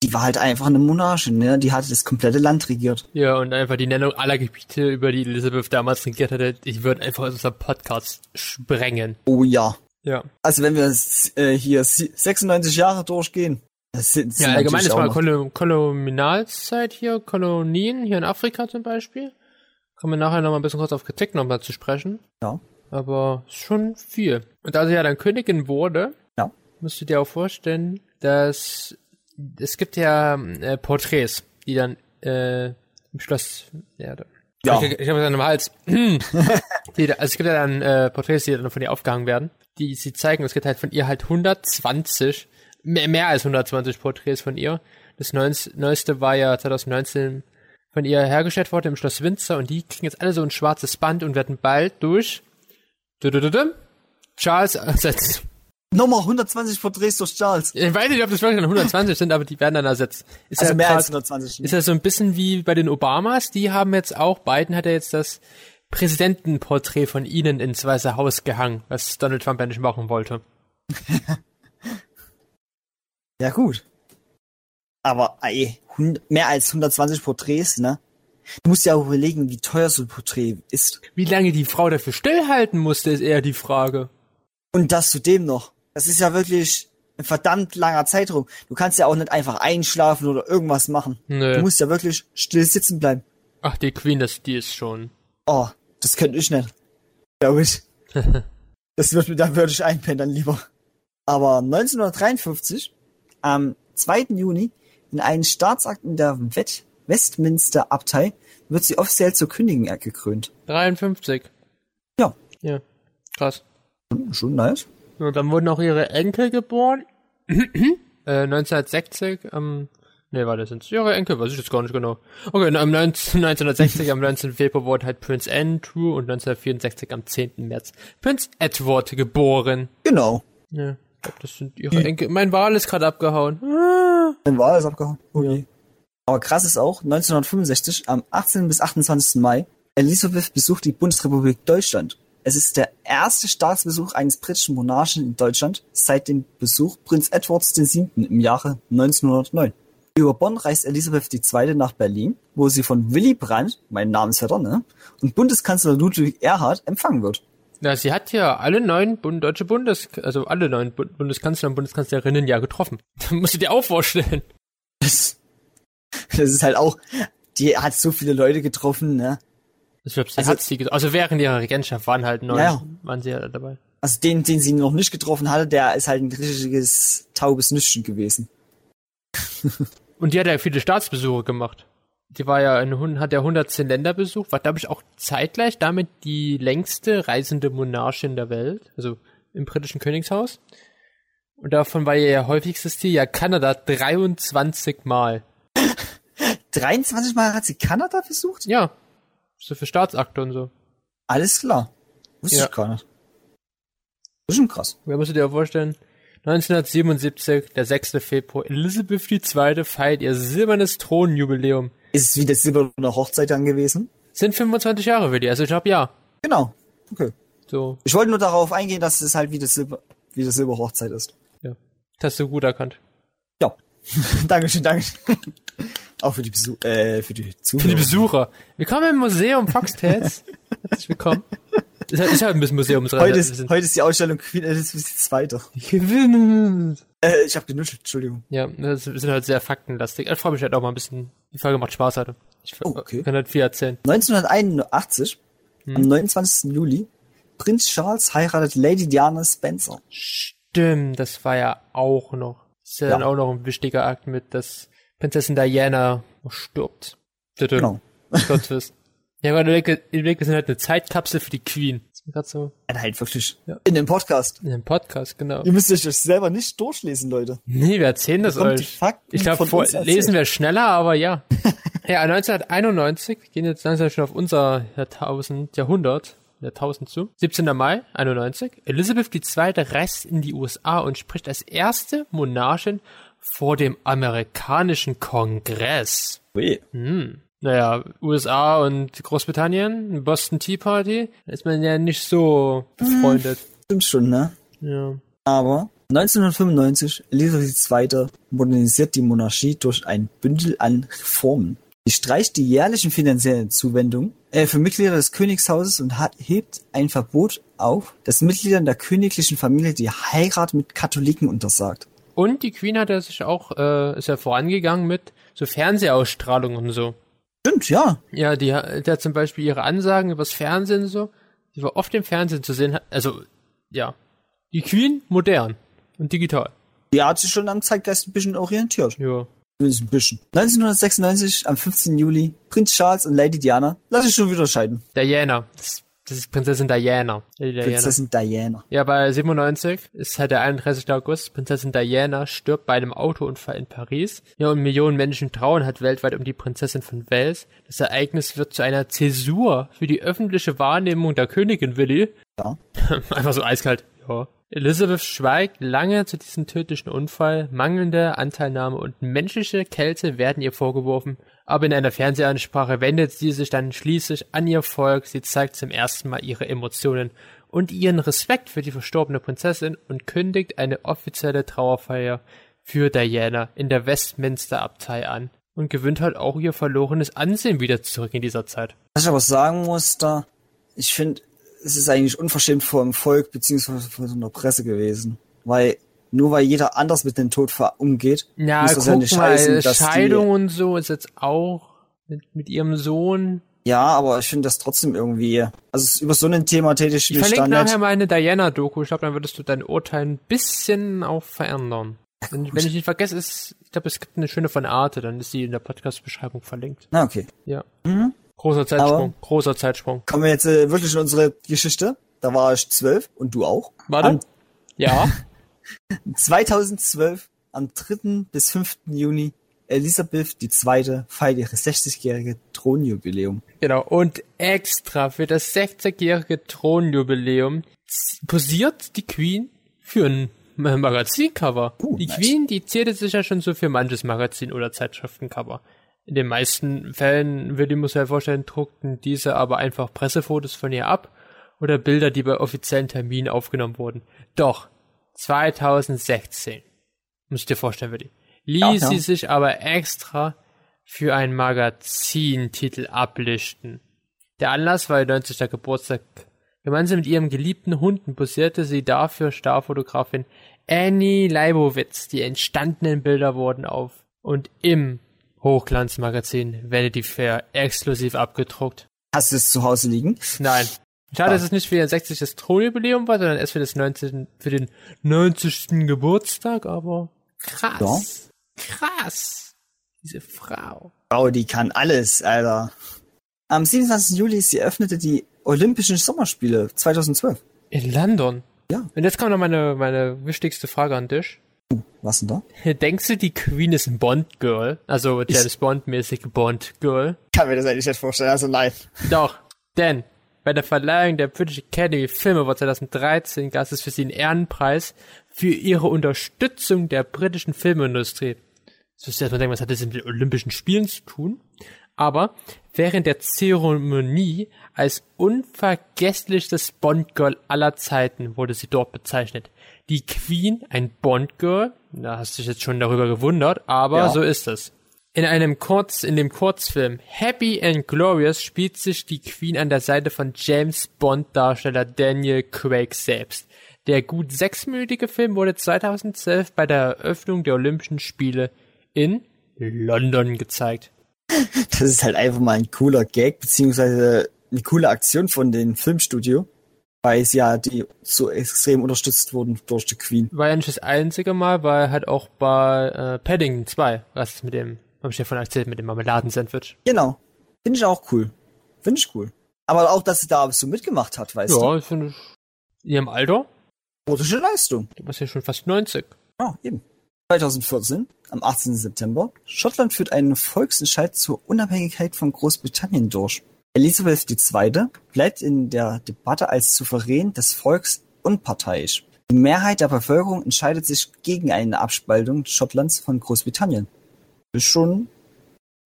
Die war halt einfach eine Monarchin, ne? Die hatte das komplette Land regiert. Ja, und einfach die Nennung aller Gebiete, über die Elizabeth damals regiert hatte, ich würde einfach unseren Podcast sprengen. Oh ja. Ja. Also wenn wir s- äh, hier si- 96 Jahre durchgehen, das sind Ja, sind allgemein natürlich ist auch mal noch- Kolo- Kolonialzeit hier, Kolonien hier in Afrika zum Beispiel. Kommen wir nachher nochmal ein bisschen kurz auf Kritik nochmal zu sprechen. Ja. Aber ist schon viel. Und als sie ja dann Königin wurde, Ja. musst du dir auch vorstellen, dass es gibt ja äh, Porträts, die dann äh, im Schloss. Ja, da, Ja. Ich, ich habe es an im Hals. die, da- also es gibt ja dann äh, Porträts, die dann von ihr aufgehangen werden, die sie zeigen. Es gibt halt von ihr halt 120, mehr, mehr als 120 Porträts von ihr. Das neues- neueste war ja 2019 von ihr hergestellt worden im Schloss Windsor und die kriegen jetzt alle so ein schwarzes Band und werden bald durch Dudududum. Charles ersetzt. Nochmal 120 Porträts durch Charles. Ich weiß nicht, ob das wirklich dann 120 sind, aber die werden dann ersetzt. Ist Also ja mehr grad- als 120. Ist ja so ein bisschen wie bei den Obamas, die haben jetzt auch, Biden hat ja jetzt das Präsidentenporträt von ihnen ins Weiße Haus gehangen, was Donald Trump ja nicht machen wollte. Ja, gut. Aber ey, hund- mehr als 120 Porträts, ne? Du musst ja auch überlegen, wie teuer so ein Porträt ist. Wie lange die Frau dafür stillhalten musste, ist eher die Frage. Und das zudem noch. Das ist ja wirklich ein verdammt langer Zeitraum. Du kannst ja auch nicht einfach einschlafen oder irgendwas machen. Nö. Du musst ja wirklich still sitzen bleiben. Ach, die Queen, das, die ist schon. Oh, das könnte ich nicht. Glaube ich. das wird mir, da würde ich einpennen dann lieber. Aber 1953, am 2. Juni, in einem Staatsakt in der Wet- Westminster-Abtei, wird sie offiziell zur Königin gekrönt. 53. Ja. Ja. Krass. Hm, Schon nice. Und dann wurden auch ihre Enkel geboren. äh, 1960, ähm, nee, war das jetzt ihre Enkel, weiß ich jetzt gar nicht genau. Okay, am 19, 1960, am 19. Februar wurden halt Prinz Andrew und 1964 am 10. März Prinz Edward geboren. Genau. Ja, ich glaub, das sind ihre Enkel. Mein Wal ist gerade abgehauen. Ah. Dann war alles abgehauen. Okay. Aber krass ist auch, 1965, am 18. bis 28. Mai, Elisabeth besucht die Bundesrepublik Deutschland. Es ist der erste Staatsbesuch eines britischen Monarchen in Deutschland seit dem Besuch Prinz Edwards VII. im Jahre 1909. Über Bonn reist Elisabeth II. nach Berlin, wo sie von Willy Brandt, meinem Namensvetter, ne, und Bundeskanzler Ludwig Erhard empfangen wird. Na, sie hat ja alle neun Bund deutsche Bundes, also alle neun Bu Bundeskanzler und Bundeskanzlerinnen ja getroffen. Das musst du dir auch vorstellen. Das, das ist halt auch, die hat so viele Leute getroffen, ne. Ich glaube, sie Also- hat sie, ge- also während ihrer Regentschaft waren halt neun, Ja, ja. waren sie ja dabei. Also den, den sie noch nicht getroffen hatte, der ist halt ein richtiges taubes Nüsschen gewesen. Und die hat ja viele Staatsbesuche gemacht. Die war ja in, hun- hat ja 110 Länder besucht, war glaube ich auch zeitgleich damit die längste reisende Monarchin der Welt, also im britischen Königshaus. Und davon war ihr häufigstes Ziel ja Kanada 23 Mal. 23 Mal hat sie Kanada besucht? Ja, so für Staatsakte und so. Alles klar. Wusste Ja. ich gar nicht. Das ist schon krass. Wer musst du dir vorstellen? 1977, der 6. Februar, Elisabeth II. feiert ihr silbernes Thronjubiläum. Ist es wie das Silber einer Hochzeit dann gewesen? Sind 25 Jahre, Willi, also ich glaube ja. Genau. Okay. So, Ich wollte nur darauf eingehen, dass es halt wie das Silber, wie das Silber Hochzeit ist. ja. Das hast du gut erkannt. Ja. Dankeschön, Dankeschön. Auch für die, Besu äh, für die Zuhörer. Für die Besucher. Willkommen im Museum Foxtails. Herzlich willkommen. Das ist halt, ist halt ein bisschen Museumsreise. Heute ist, heute ist die Ausstellung Queen Elizabeth II. Äh, ich habe genuschelt, Entschuldigung. Ja, das sind halt sehr faktenlastig. Ich freue mich halt auch mal ein bisschen. Die Folge macht Spaß heute. Ich Oh, okay. kann halt viel erzählen. 1981, Hm. am 29. Juli, Prinz Charles heiratet Lady Diana Spencer. Stimmt, das war ja auch noch. Das ist ja, Ja. dann auch noch ein wichtiger Akt mit, dass Prinzessin Diana stirbt. Bitte. Genau. Plot Twist. Ja, aber im Blick, wir sind halt eine Zeitkapsel für die Queen. Das ist mir gerade so Ja, halt wirklich. Ja. In dem Podcast. in dem Podcast, genau. Ihr müsst euch das selber nicht durchlesen, Leute. Nee, wir erzählen das Bekommt die euch. Fakten Ich glaube, von vor- uns erzählt. lesen wir schneller, aber ja. ja, 1991, wir gehen jetzt langsam schon auf unser Jahrtausend, Jahrhundert, Jahrtausend zu. 17. Mai 91, Elizabeth II. reist in die USA und spricht als erste Monarchin vor dem amerikanischen Kongress. Ui. Hm. Naja, USA und Großbritannien, Boston Tea Party, da ist man ja nicht so befreundet. Stimmt schon, ne? Ja. Aber 1995, Elisabeth II. modernisiert die Monarchie durch ein Bündel an Reformen. Sie streicht die jährlichen finanziellen Zuwendungen äh, für Mitglieder des Königshauses und hat, hebt ein Verbot auf, das Mitgliedern der königlichen Familie die Heirat mit Katholiken untersagt. Und die Queen hat ja sich auch, äh, ist ja vorangegangen mit so Fernsehausstrahlung und so. Stimmt, ja. Ja, die, ha- die hat zum Beispiel ihre Ansagen übers Fernsehen und so, die war oft im Fernsehen zu sehen, also, ja. Die Queen modern und digital. Die hat sich schon am Zeitgeist ein bisschen orientiert. Ja. Zumindest ein bisschen. 1996, am 15. Juli, Prinz Charles und Lady Diana lassen sich schon wieder scheiden. Diana. Das, das ist Prinzessin Diana. Lady Diana. Prinzessin Diana. Ja, bei 97 ist halt der 31. August. Prinzessin Diana stirbt bei einem Autounfall in Paris. Ja, und Millionen Menschen trauern halt weltweit um die Prinzessin von Wales. Das Ereignis wird zu einer Zäsur für die öffentliche Wahrnehmung der Königin Willi. Ja. Einfach so eiskalt. Ja. Elizabeth schweigt lange zu diesem tödlichen Unfall. Mangelnde Anteilnahme und menschliche Kälte werden ihr vorgeworfen. Aber in einer Fernsehansprache wendet sie sich dann schließlich an ihr Volk. Sie zeigt zum ersten Mal ihre Emotionen und ihren Respekt für die verstorbene Prinzessin und kündigt eine offizielle Trauerfeier für Diana in der Westminster Abtei an und gewinnt halt auch ihr verlorenes Ansehen wieder zurück in dieser Zeit. Was ich aber sagen muss, da, ich finde, es ist eigentlich unverschämt vom Volk beziehungsweise von der Presse gewesen. Weil, nur weil jeder anders mit dem Tod ver- umgeht, Ja, muss das guck ja nicht mal, äh, heißen, dass Scheidung und so ist jetzt auch mit, mit ihrem Sohn. die... Ja, aber ich finde das trotzdem irgendwie... Also es- über so ein Thema tätig Ich mich dann verlinke nicht. nachher meine Diana-Doku. Ich glaube, dann würdest du dein Urteil ein bisschen auch verändern. Wenn, ich- wenn ich nicht vergesse, ist, ich glaube, es gibt eine schöne von Arte, dann ist die in der Podcast-Beschreibung verlinkt. Na okay. Ja. Mhm. Großer Zeitsprung, großer Zeitsprung. Kommen wir jetzt äh, wirklich in unsere Geschichte. Da war ich zwölf und du auch. Warte. Ja. 2012, am 3. bis 5. Juni, Elisabeth II. feiert ihres 60-jährige Thronjubiläum. Genau, und extra für das 60-jährige Thronjubiläum z- posiert die Queen für ein Ma- Magazincover. Uh, die nice. Queen, die zählte sich ja schon so für manches Magazin oder Zeitschriftencover. In den meisten Fällen, würde ich mir ja vorstellen, druckten diese aber einfach Pressefotos von ihr ab oder Bilder, die bei offiziellen Terminen aufgenommen wurden. Doch, 2016, muss ich dir vorstellen, Willi, ließ Ja, ja. sie sich aber extra für einen Magazintitel ablichten. Der Anlass war ihr 90. Geburtstag. Gemeinsam mit ihrem geliebten Hunden posierte sie dafür Starfotografin Annie Leibowitz. Die entstandenen Bilder wurden auf und im Hochglanzmagazin Vanity Fair exklusiv abgedruckt. Hast du es zu Hause liegen? Nein. Schade, dass es nicht für ihr 60. Thronjubiläum war, sondern erst für, das 19, für den 90. Geburtstag, aber krass. Krass. Diese Frau. Frau, die kann alles, Alter. Am 27. Juli, sie eröffnete die Olympischen Sommerspiele 2012. In London. Ja. Und jetzt kommt noch meine, meine wichtigste Frage an dich. Was denn da? Denkst du, die Queen ist ein Bond-Girl? Also James Bond-mäßig Bond-Girl? Kann mir das eigentlich nicht vorstellen, also nein. Doch, denn bei der Verleihung der British Academy Film Award 2013 gab es für sie einen Ehrenpreis für ihre Unterstützung der britischen Filmindustrie. Jetzt wirst du erstmal denken, was hat das mit den Olympischen Spielen zu tun? Aber während der Zeremonie als unvergesslichstes Bond-Girl aller Zeiten wurde sie dort bezeichnet. Die Queen, ein Bond-Girl, da hast du dich jetzt schon darüber gewundert, aber Ja. so ist es. In einem Kurz, in dem Kurzfilm Happy and Glorious spielt sich die Queen an der Seite von James Bond Darsteller Daniel Craig selbst. Der gut sechsminütige Film wurde 2012 bei der Eröffnung der Olympischen Spiele in London gezeigt. Das ist halt einfach mal ein cooler Gag, beziehungsweise eine coole Aktion von dem Filmstudio, weil es ja die so extrem unterstützt wurden durch die Queen. War ja nicht das einzige Mal, war halt auch bei äh, Paddington 2, was mit dem, hab ich dir vorhin erzählt, mit dem Marmeladensandwich. Genau. Finde ich auch cool. Finde ich cool. Aber auch, dass sie da so mitgemacht hat, weißt Ja, ich finde, in ihrem Alter, du. Modische Leistung. du bist ja schon fast 90. Ja, Ah, eben. 2014, am 18. September, Schottland führt einen Volksentscheid zur Unabhängigkeit von Großbritannien durch. Elisabeth II. bleibt in der Debatte als Souverän des Volks unparteiisch. Die Mehrheit der Bevölkerung entscheidet sich gegen eine Abspaltung Schottlands von Großbritannien. Ist schon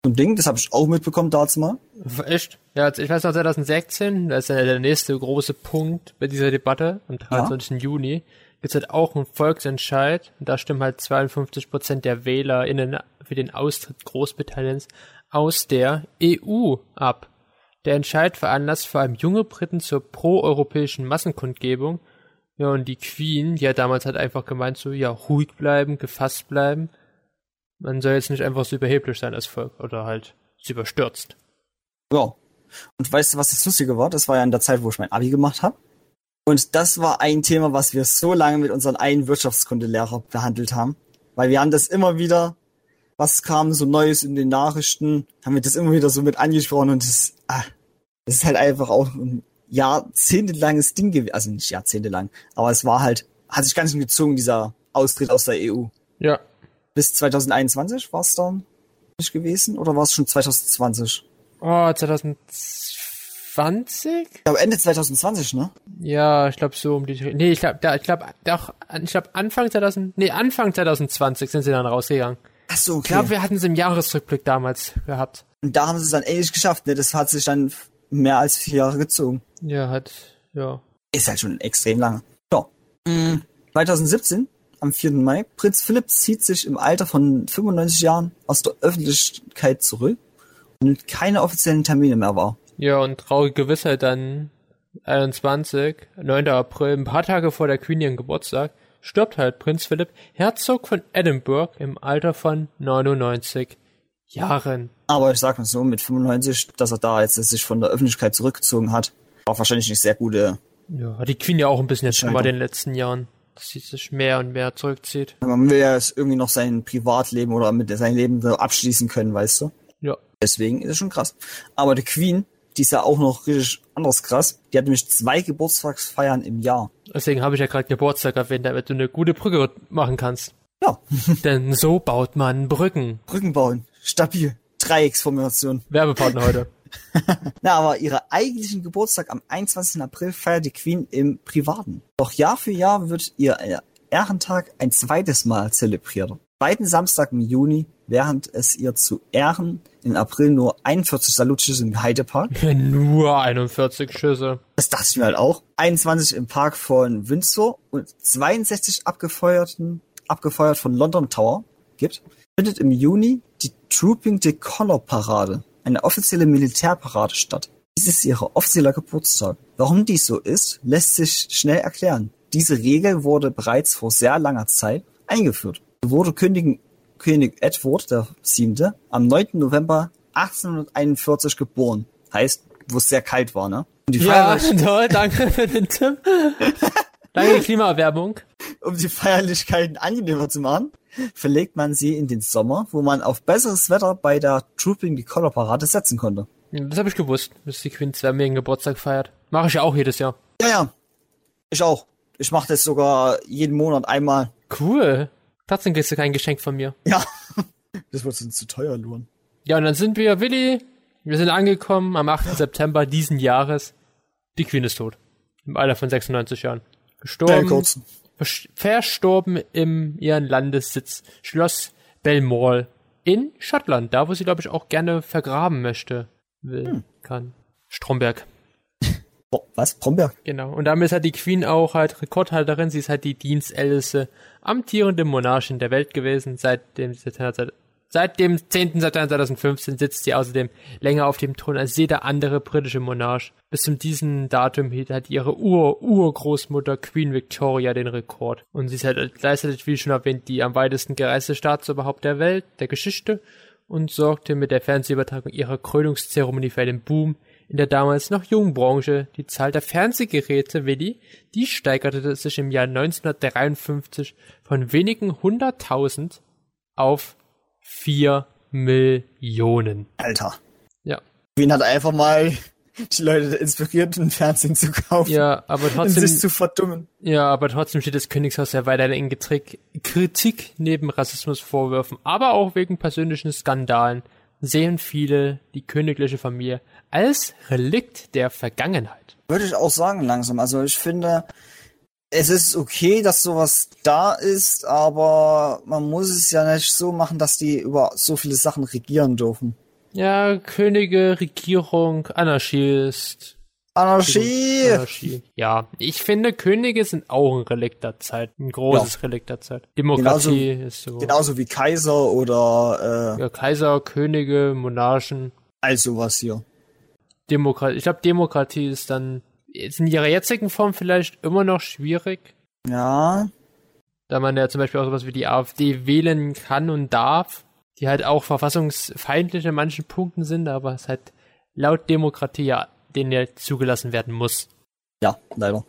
so ein Ding, das habe ich auch mitbekommen damals mal. Echt? Ja, also ich weiß noch 2016, das ist ja der nächste große Punkt bei dieser Debatte, am 23. Juni, gibt es halt auch einen Volksentscheid und da stimmen halt 52 Prozent der WählerInnen für den Austritt Großbritanniens aus der EU ab. Der Entscheid veranlasst vor allem junge Briten zur proeuropäischen Massenkundgebung. Ja, und die Queen, die hat damals halt einfach gemeint so, ja, ruhig bleiben, gefasst bleiben. Man soll jetzt nicht einfach so überheblich sein als Volk oder halt so überstürzt. Ja. Und weißt du, was das Lustige war? Das war ja in der Zeit, wo ich mein Abi gemacht habe. Und das war ein Thema, was wir so lange mit unserem einen Wirtschaftskundelehrer behandelt haben. Weil wir haben das immer wieder, was kam so Neues in den Nachrichten, haben wir das immer wieder so mit angesprochen und das, ah, das ist halt einfach auch ein jahrzehntelanges Ding gewesen. Also nicht jahrzehntelang, aber es war halt, hat sich ganz schön gezogen, dieser Austritt aus der EU. Ja, Bis 2021 war es dann nicht gewesen oder war es schon 2020? Oh, 2020? Ich glaube Ende 2020, ne? Ja, ich glaube so um die Nee, ich glaube da ich glaube doch ich glaube Anfang 2000 Nee, Anfang 2020 sind sie dann rausgegangen. Ach so, Ich okay. glaube, wir hatten sie im Jahresrückblick damals gehabt. Und da haben sie es dann endlich geschafft, ne? Das hat sich dann mehr als vier Jahre gezogen. Ja, hat ja. Ist halt schon extrem lange. So. Mm, 2017, am 4. Mai, Prinz Philipp zieht sich im Alter von 95 Jahren aus der Öffentlichkeit zurück und nimmt keine offiziellen Termine mehr wahr. Ja, und traurige Gewissheit dann 21, 9. April, ein paar Tage vor der Queen ihren Geburtstag, stirbt halt Prinz Philipp, Herzog von Edinburgh im Alter von 99 Jahren. Aber ich sag mal so, mit 95, dass er da jetzt sich von der Öffentlichkeit zurückgezogen hat, war wahrscheinlich nicht sehr gute. Ja, hat die Queen ja auch ein bisschen jetzt schon mal in den letzten Jahren, dass sie sich mehr und mehr zurückzieht. Man will ja jetzt irgendwie noch sein Privatleben oder mit sein Leben so abschließen können, weißt du? Ja. Deswegen ist es schon krass. Aber die Queen, die ist ja auch noch richtig anders krass. Die hat nämlich zwei Geburtstagsfeiern im Jahr. Deswegen habe ich ja gerade Geburtstag erwähnt, damit du eine gute Brücke machen kannst. Ja, Denn so baut man Brücken. Brücken bauen. Stabil. Dreiecksformation. Werbepartner heute. Na, aber ihren eigentlichen Geburtstag am 21. April feiert die Queen im Privaten. Doch Jahr für Jahr wird ihr äh, Ehrentag ein zweites Mal zelebriert. Zweiten Samstag im Juni, während es ihr zu Ehren im April nur 41 Salutschüsse im Heidepark Nur 41 Schüsse. Das dachte ich mir halt auch. 21 im Park von Windsor und 62 abgefeuerten, abgefeuert von London Tower gibt, findet im Juni die Trooping the Color Parade, eine offizielle Militärparade statt. Dies ist ihre offizieller Geburtstag. Warum dies so ist, lässt sich schnell erklären. Diese Regel wurde bereits vor sehr langer Zeit eingeführt. Sie wurde König, König Edward VII. am 9. November 1841 geboren. Heißt, wo es sehr kalt war, ne? Und die Ja, Feier- toll, danke für den Tipp. Danke, Klimaerwärmung. um die Feierlichkeiten angenehmer zu machen, verlegt man sie in den Sommer, wo man auf besseres Wetter bei der Trooping the Color Parade setzen konnte. Das habe ich gewusst, dass die Queen zweimal ihren Geburtstag feiert. Mache ich ja auch jedes Jahr. Ja, ja. Ich auch. Ich mache das sogar jeden Monat einmal. Cool. Trotzdem kriegst du kein Geschenk von mir. Ja. Das wird sonst zu teuer, Luan. Ja, und dann sind wir, Willi, wir sind angekommen am 8. September diesen Jahres. Die Queen ist tot. Im Alter von 96 Jahren. Gestorben. vers- verstorben im ihren Landessitz Schloss Belmore in Schottland, da wo sie glaube ich auch gerne vergraben möchte, will, kann. Stromberg. Boah, was? Bromberg? Genau. Und damit ist halt die Queen auch halt Rekordhalterin. Sie ist halt die dienstälteste amtierende Monarchin der Welt gewesen, seitdem sie seit Seit dem 10. September 2015 sitzt sie außerdem länger auf dem Thron als jeder andere britische Monarch. Bis zu diesem Datum hielt halt ihre Ur-Urgroßmutter Queen Victoria den Rekord. Und sie ist halt gleichzeitig, wie schon erwähnt, die am weitesten gereiste Staatsoberhaupt der Welt, der Geschichte und sorgte mit der Fernsehübertragung ihrer Krönungszeremonie für einen Boom in der damals noch jungen Branche. Die Zahl der Fernsehgeräte, Willi, die steigerte sich im Jahr 1953 von wenigen hunderttausend auf vier Millionen. Alter. Ja. Queen hat einfach mal die Leute inspiriert, ein Fernsehen zu kaufen. Ja, aber Und Um sich trotzdem, zu verdummen. ja, aber trotzdem steht das Königshaus ja weiterhin in Getrick, Kritik neben Rassismusvorwürfen, aber auch wegen persönlichen Skandalen sehen viele die königliche Familie als Relikt der Vergangenheit. Würde ich auch sagen, langsam. Also ich finde, es ist okay, dass sowas da ist, aber man muss es ja nicht so machen, dass die über so viele Sachen regieren dürfen. Ja, Könige, Regierung, Anarchist. Anarchie! Anarchie. Ja, ich finde, Könige sind auch ein Relikt der Zeit. Ein großes Relikt der Zeit. Demokratie ist so. Genauso genau. wie Kaiser oder äh, Ja, Kaiser, Könige, Monarchen, all sowas hier. Demokratie. Ich glaube, Demokratie ist dann ist in ihrer jetzigen Form vielleicht immer noch schwierig, Ja, da man ja zum Beispiel auch sowas wie die AfD wählen kann und darf, die halt auch verfassungsfeindlich in manchen Punkten sind, aber es halt laut Demokratie ja denen ja zugelassen werden muss. ja, leider.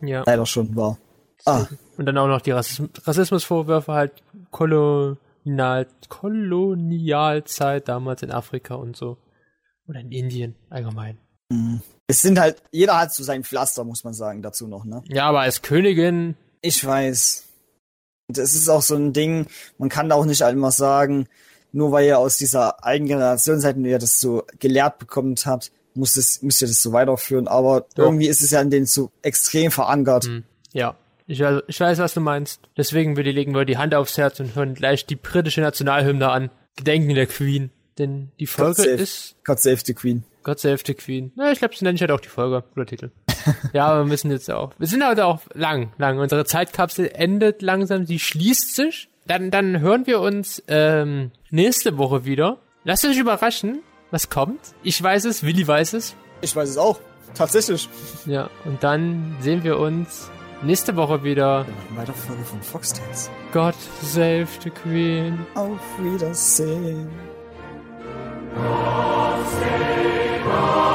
Ja. Leider schon war. Ah, Und dann auch noch die Rassism Rassismusvorwürfe halt kolonial Kolonialzeit damals in Afrika und so. Oder in Indien allgemein. es sind halt, jeder hat so sein Pflaster, muss man sagen, dazu noch, ne? Ja, aber als Königin, Ich weiß. Und es ist auch so ein Ding, man kann da auch nicht halt immer sagen, nur weil ihr aus dieser alten Generation seid und ihr das so gelehrt bekommen habt, muss es, müsst ihr das so weiterführen. Aber Ja. irgendwie ist es ja in denen so extrem verankert. ja. Ich, weiß- ich weiß, was du meinst. Deswegen will ich legen wir die Hand aufs Herz und hören gleich die britische Nationalhymne an. Gedenken der Queen. Denn die God, Folge save, ist God save the Queen. Gott save the Queen. Na, ich glaube, so nenne ich halt auch die Folge oder Titel. ja, aber wir müssen jetzt auch. Wir sind heute auch lang, lang. Unsere Zeitkapsel endet langsam, sie schließt sich. Dann, dann hören wir uns ähm, nächste Woche wieder. Lasst euch überraschen, was kommt. Ich weiß es, Willi weiß es. Ich weiß es auch. Tatsächlich. Ja, und dann sehen wir uns nächste Woche wieder. Weiter Folge von Foxtails. God save the Queen. Auf Wiedersehen. God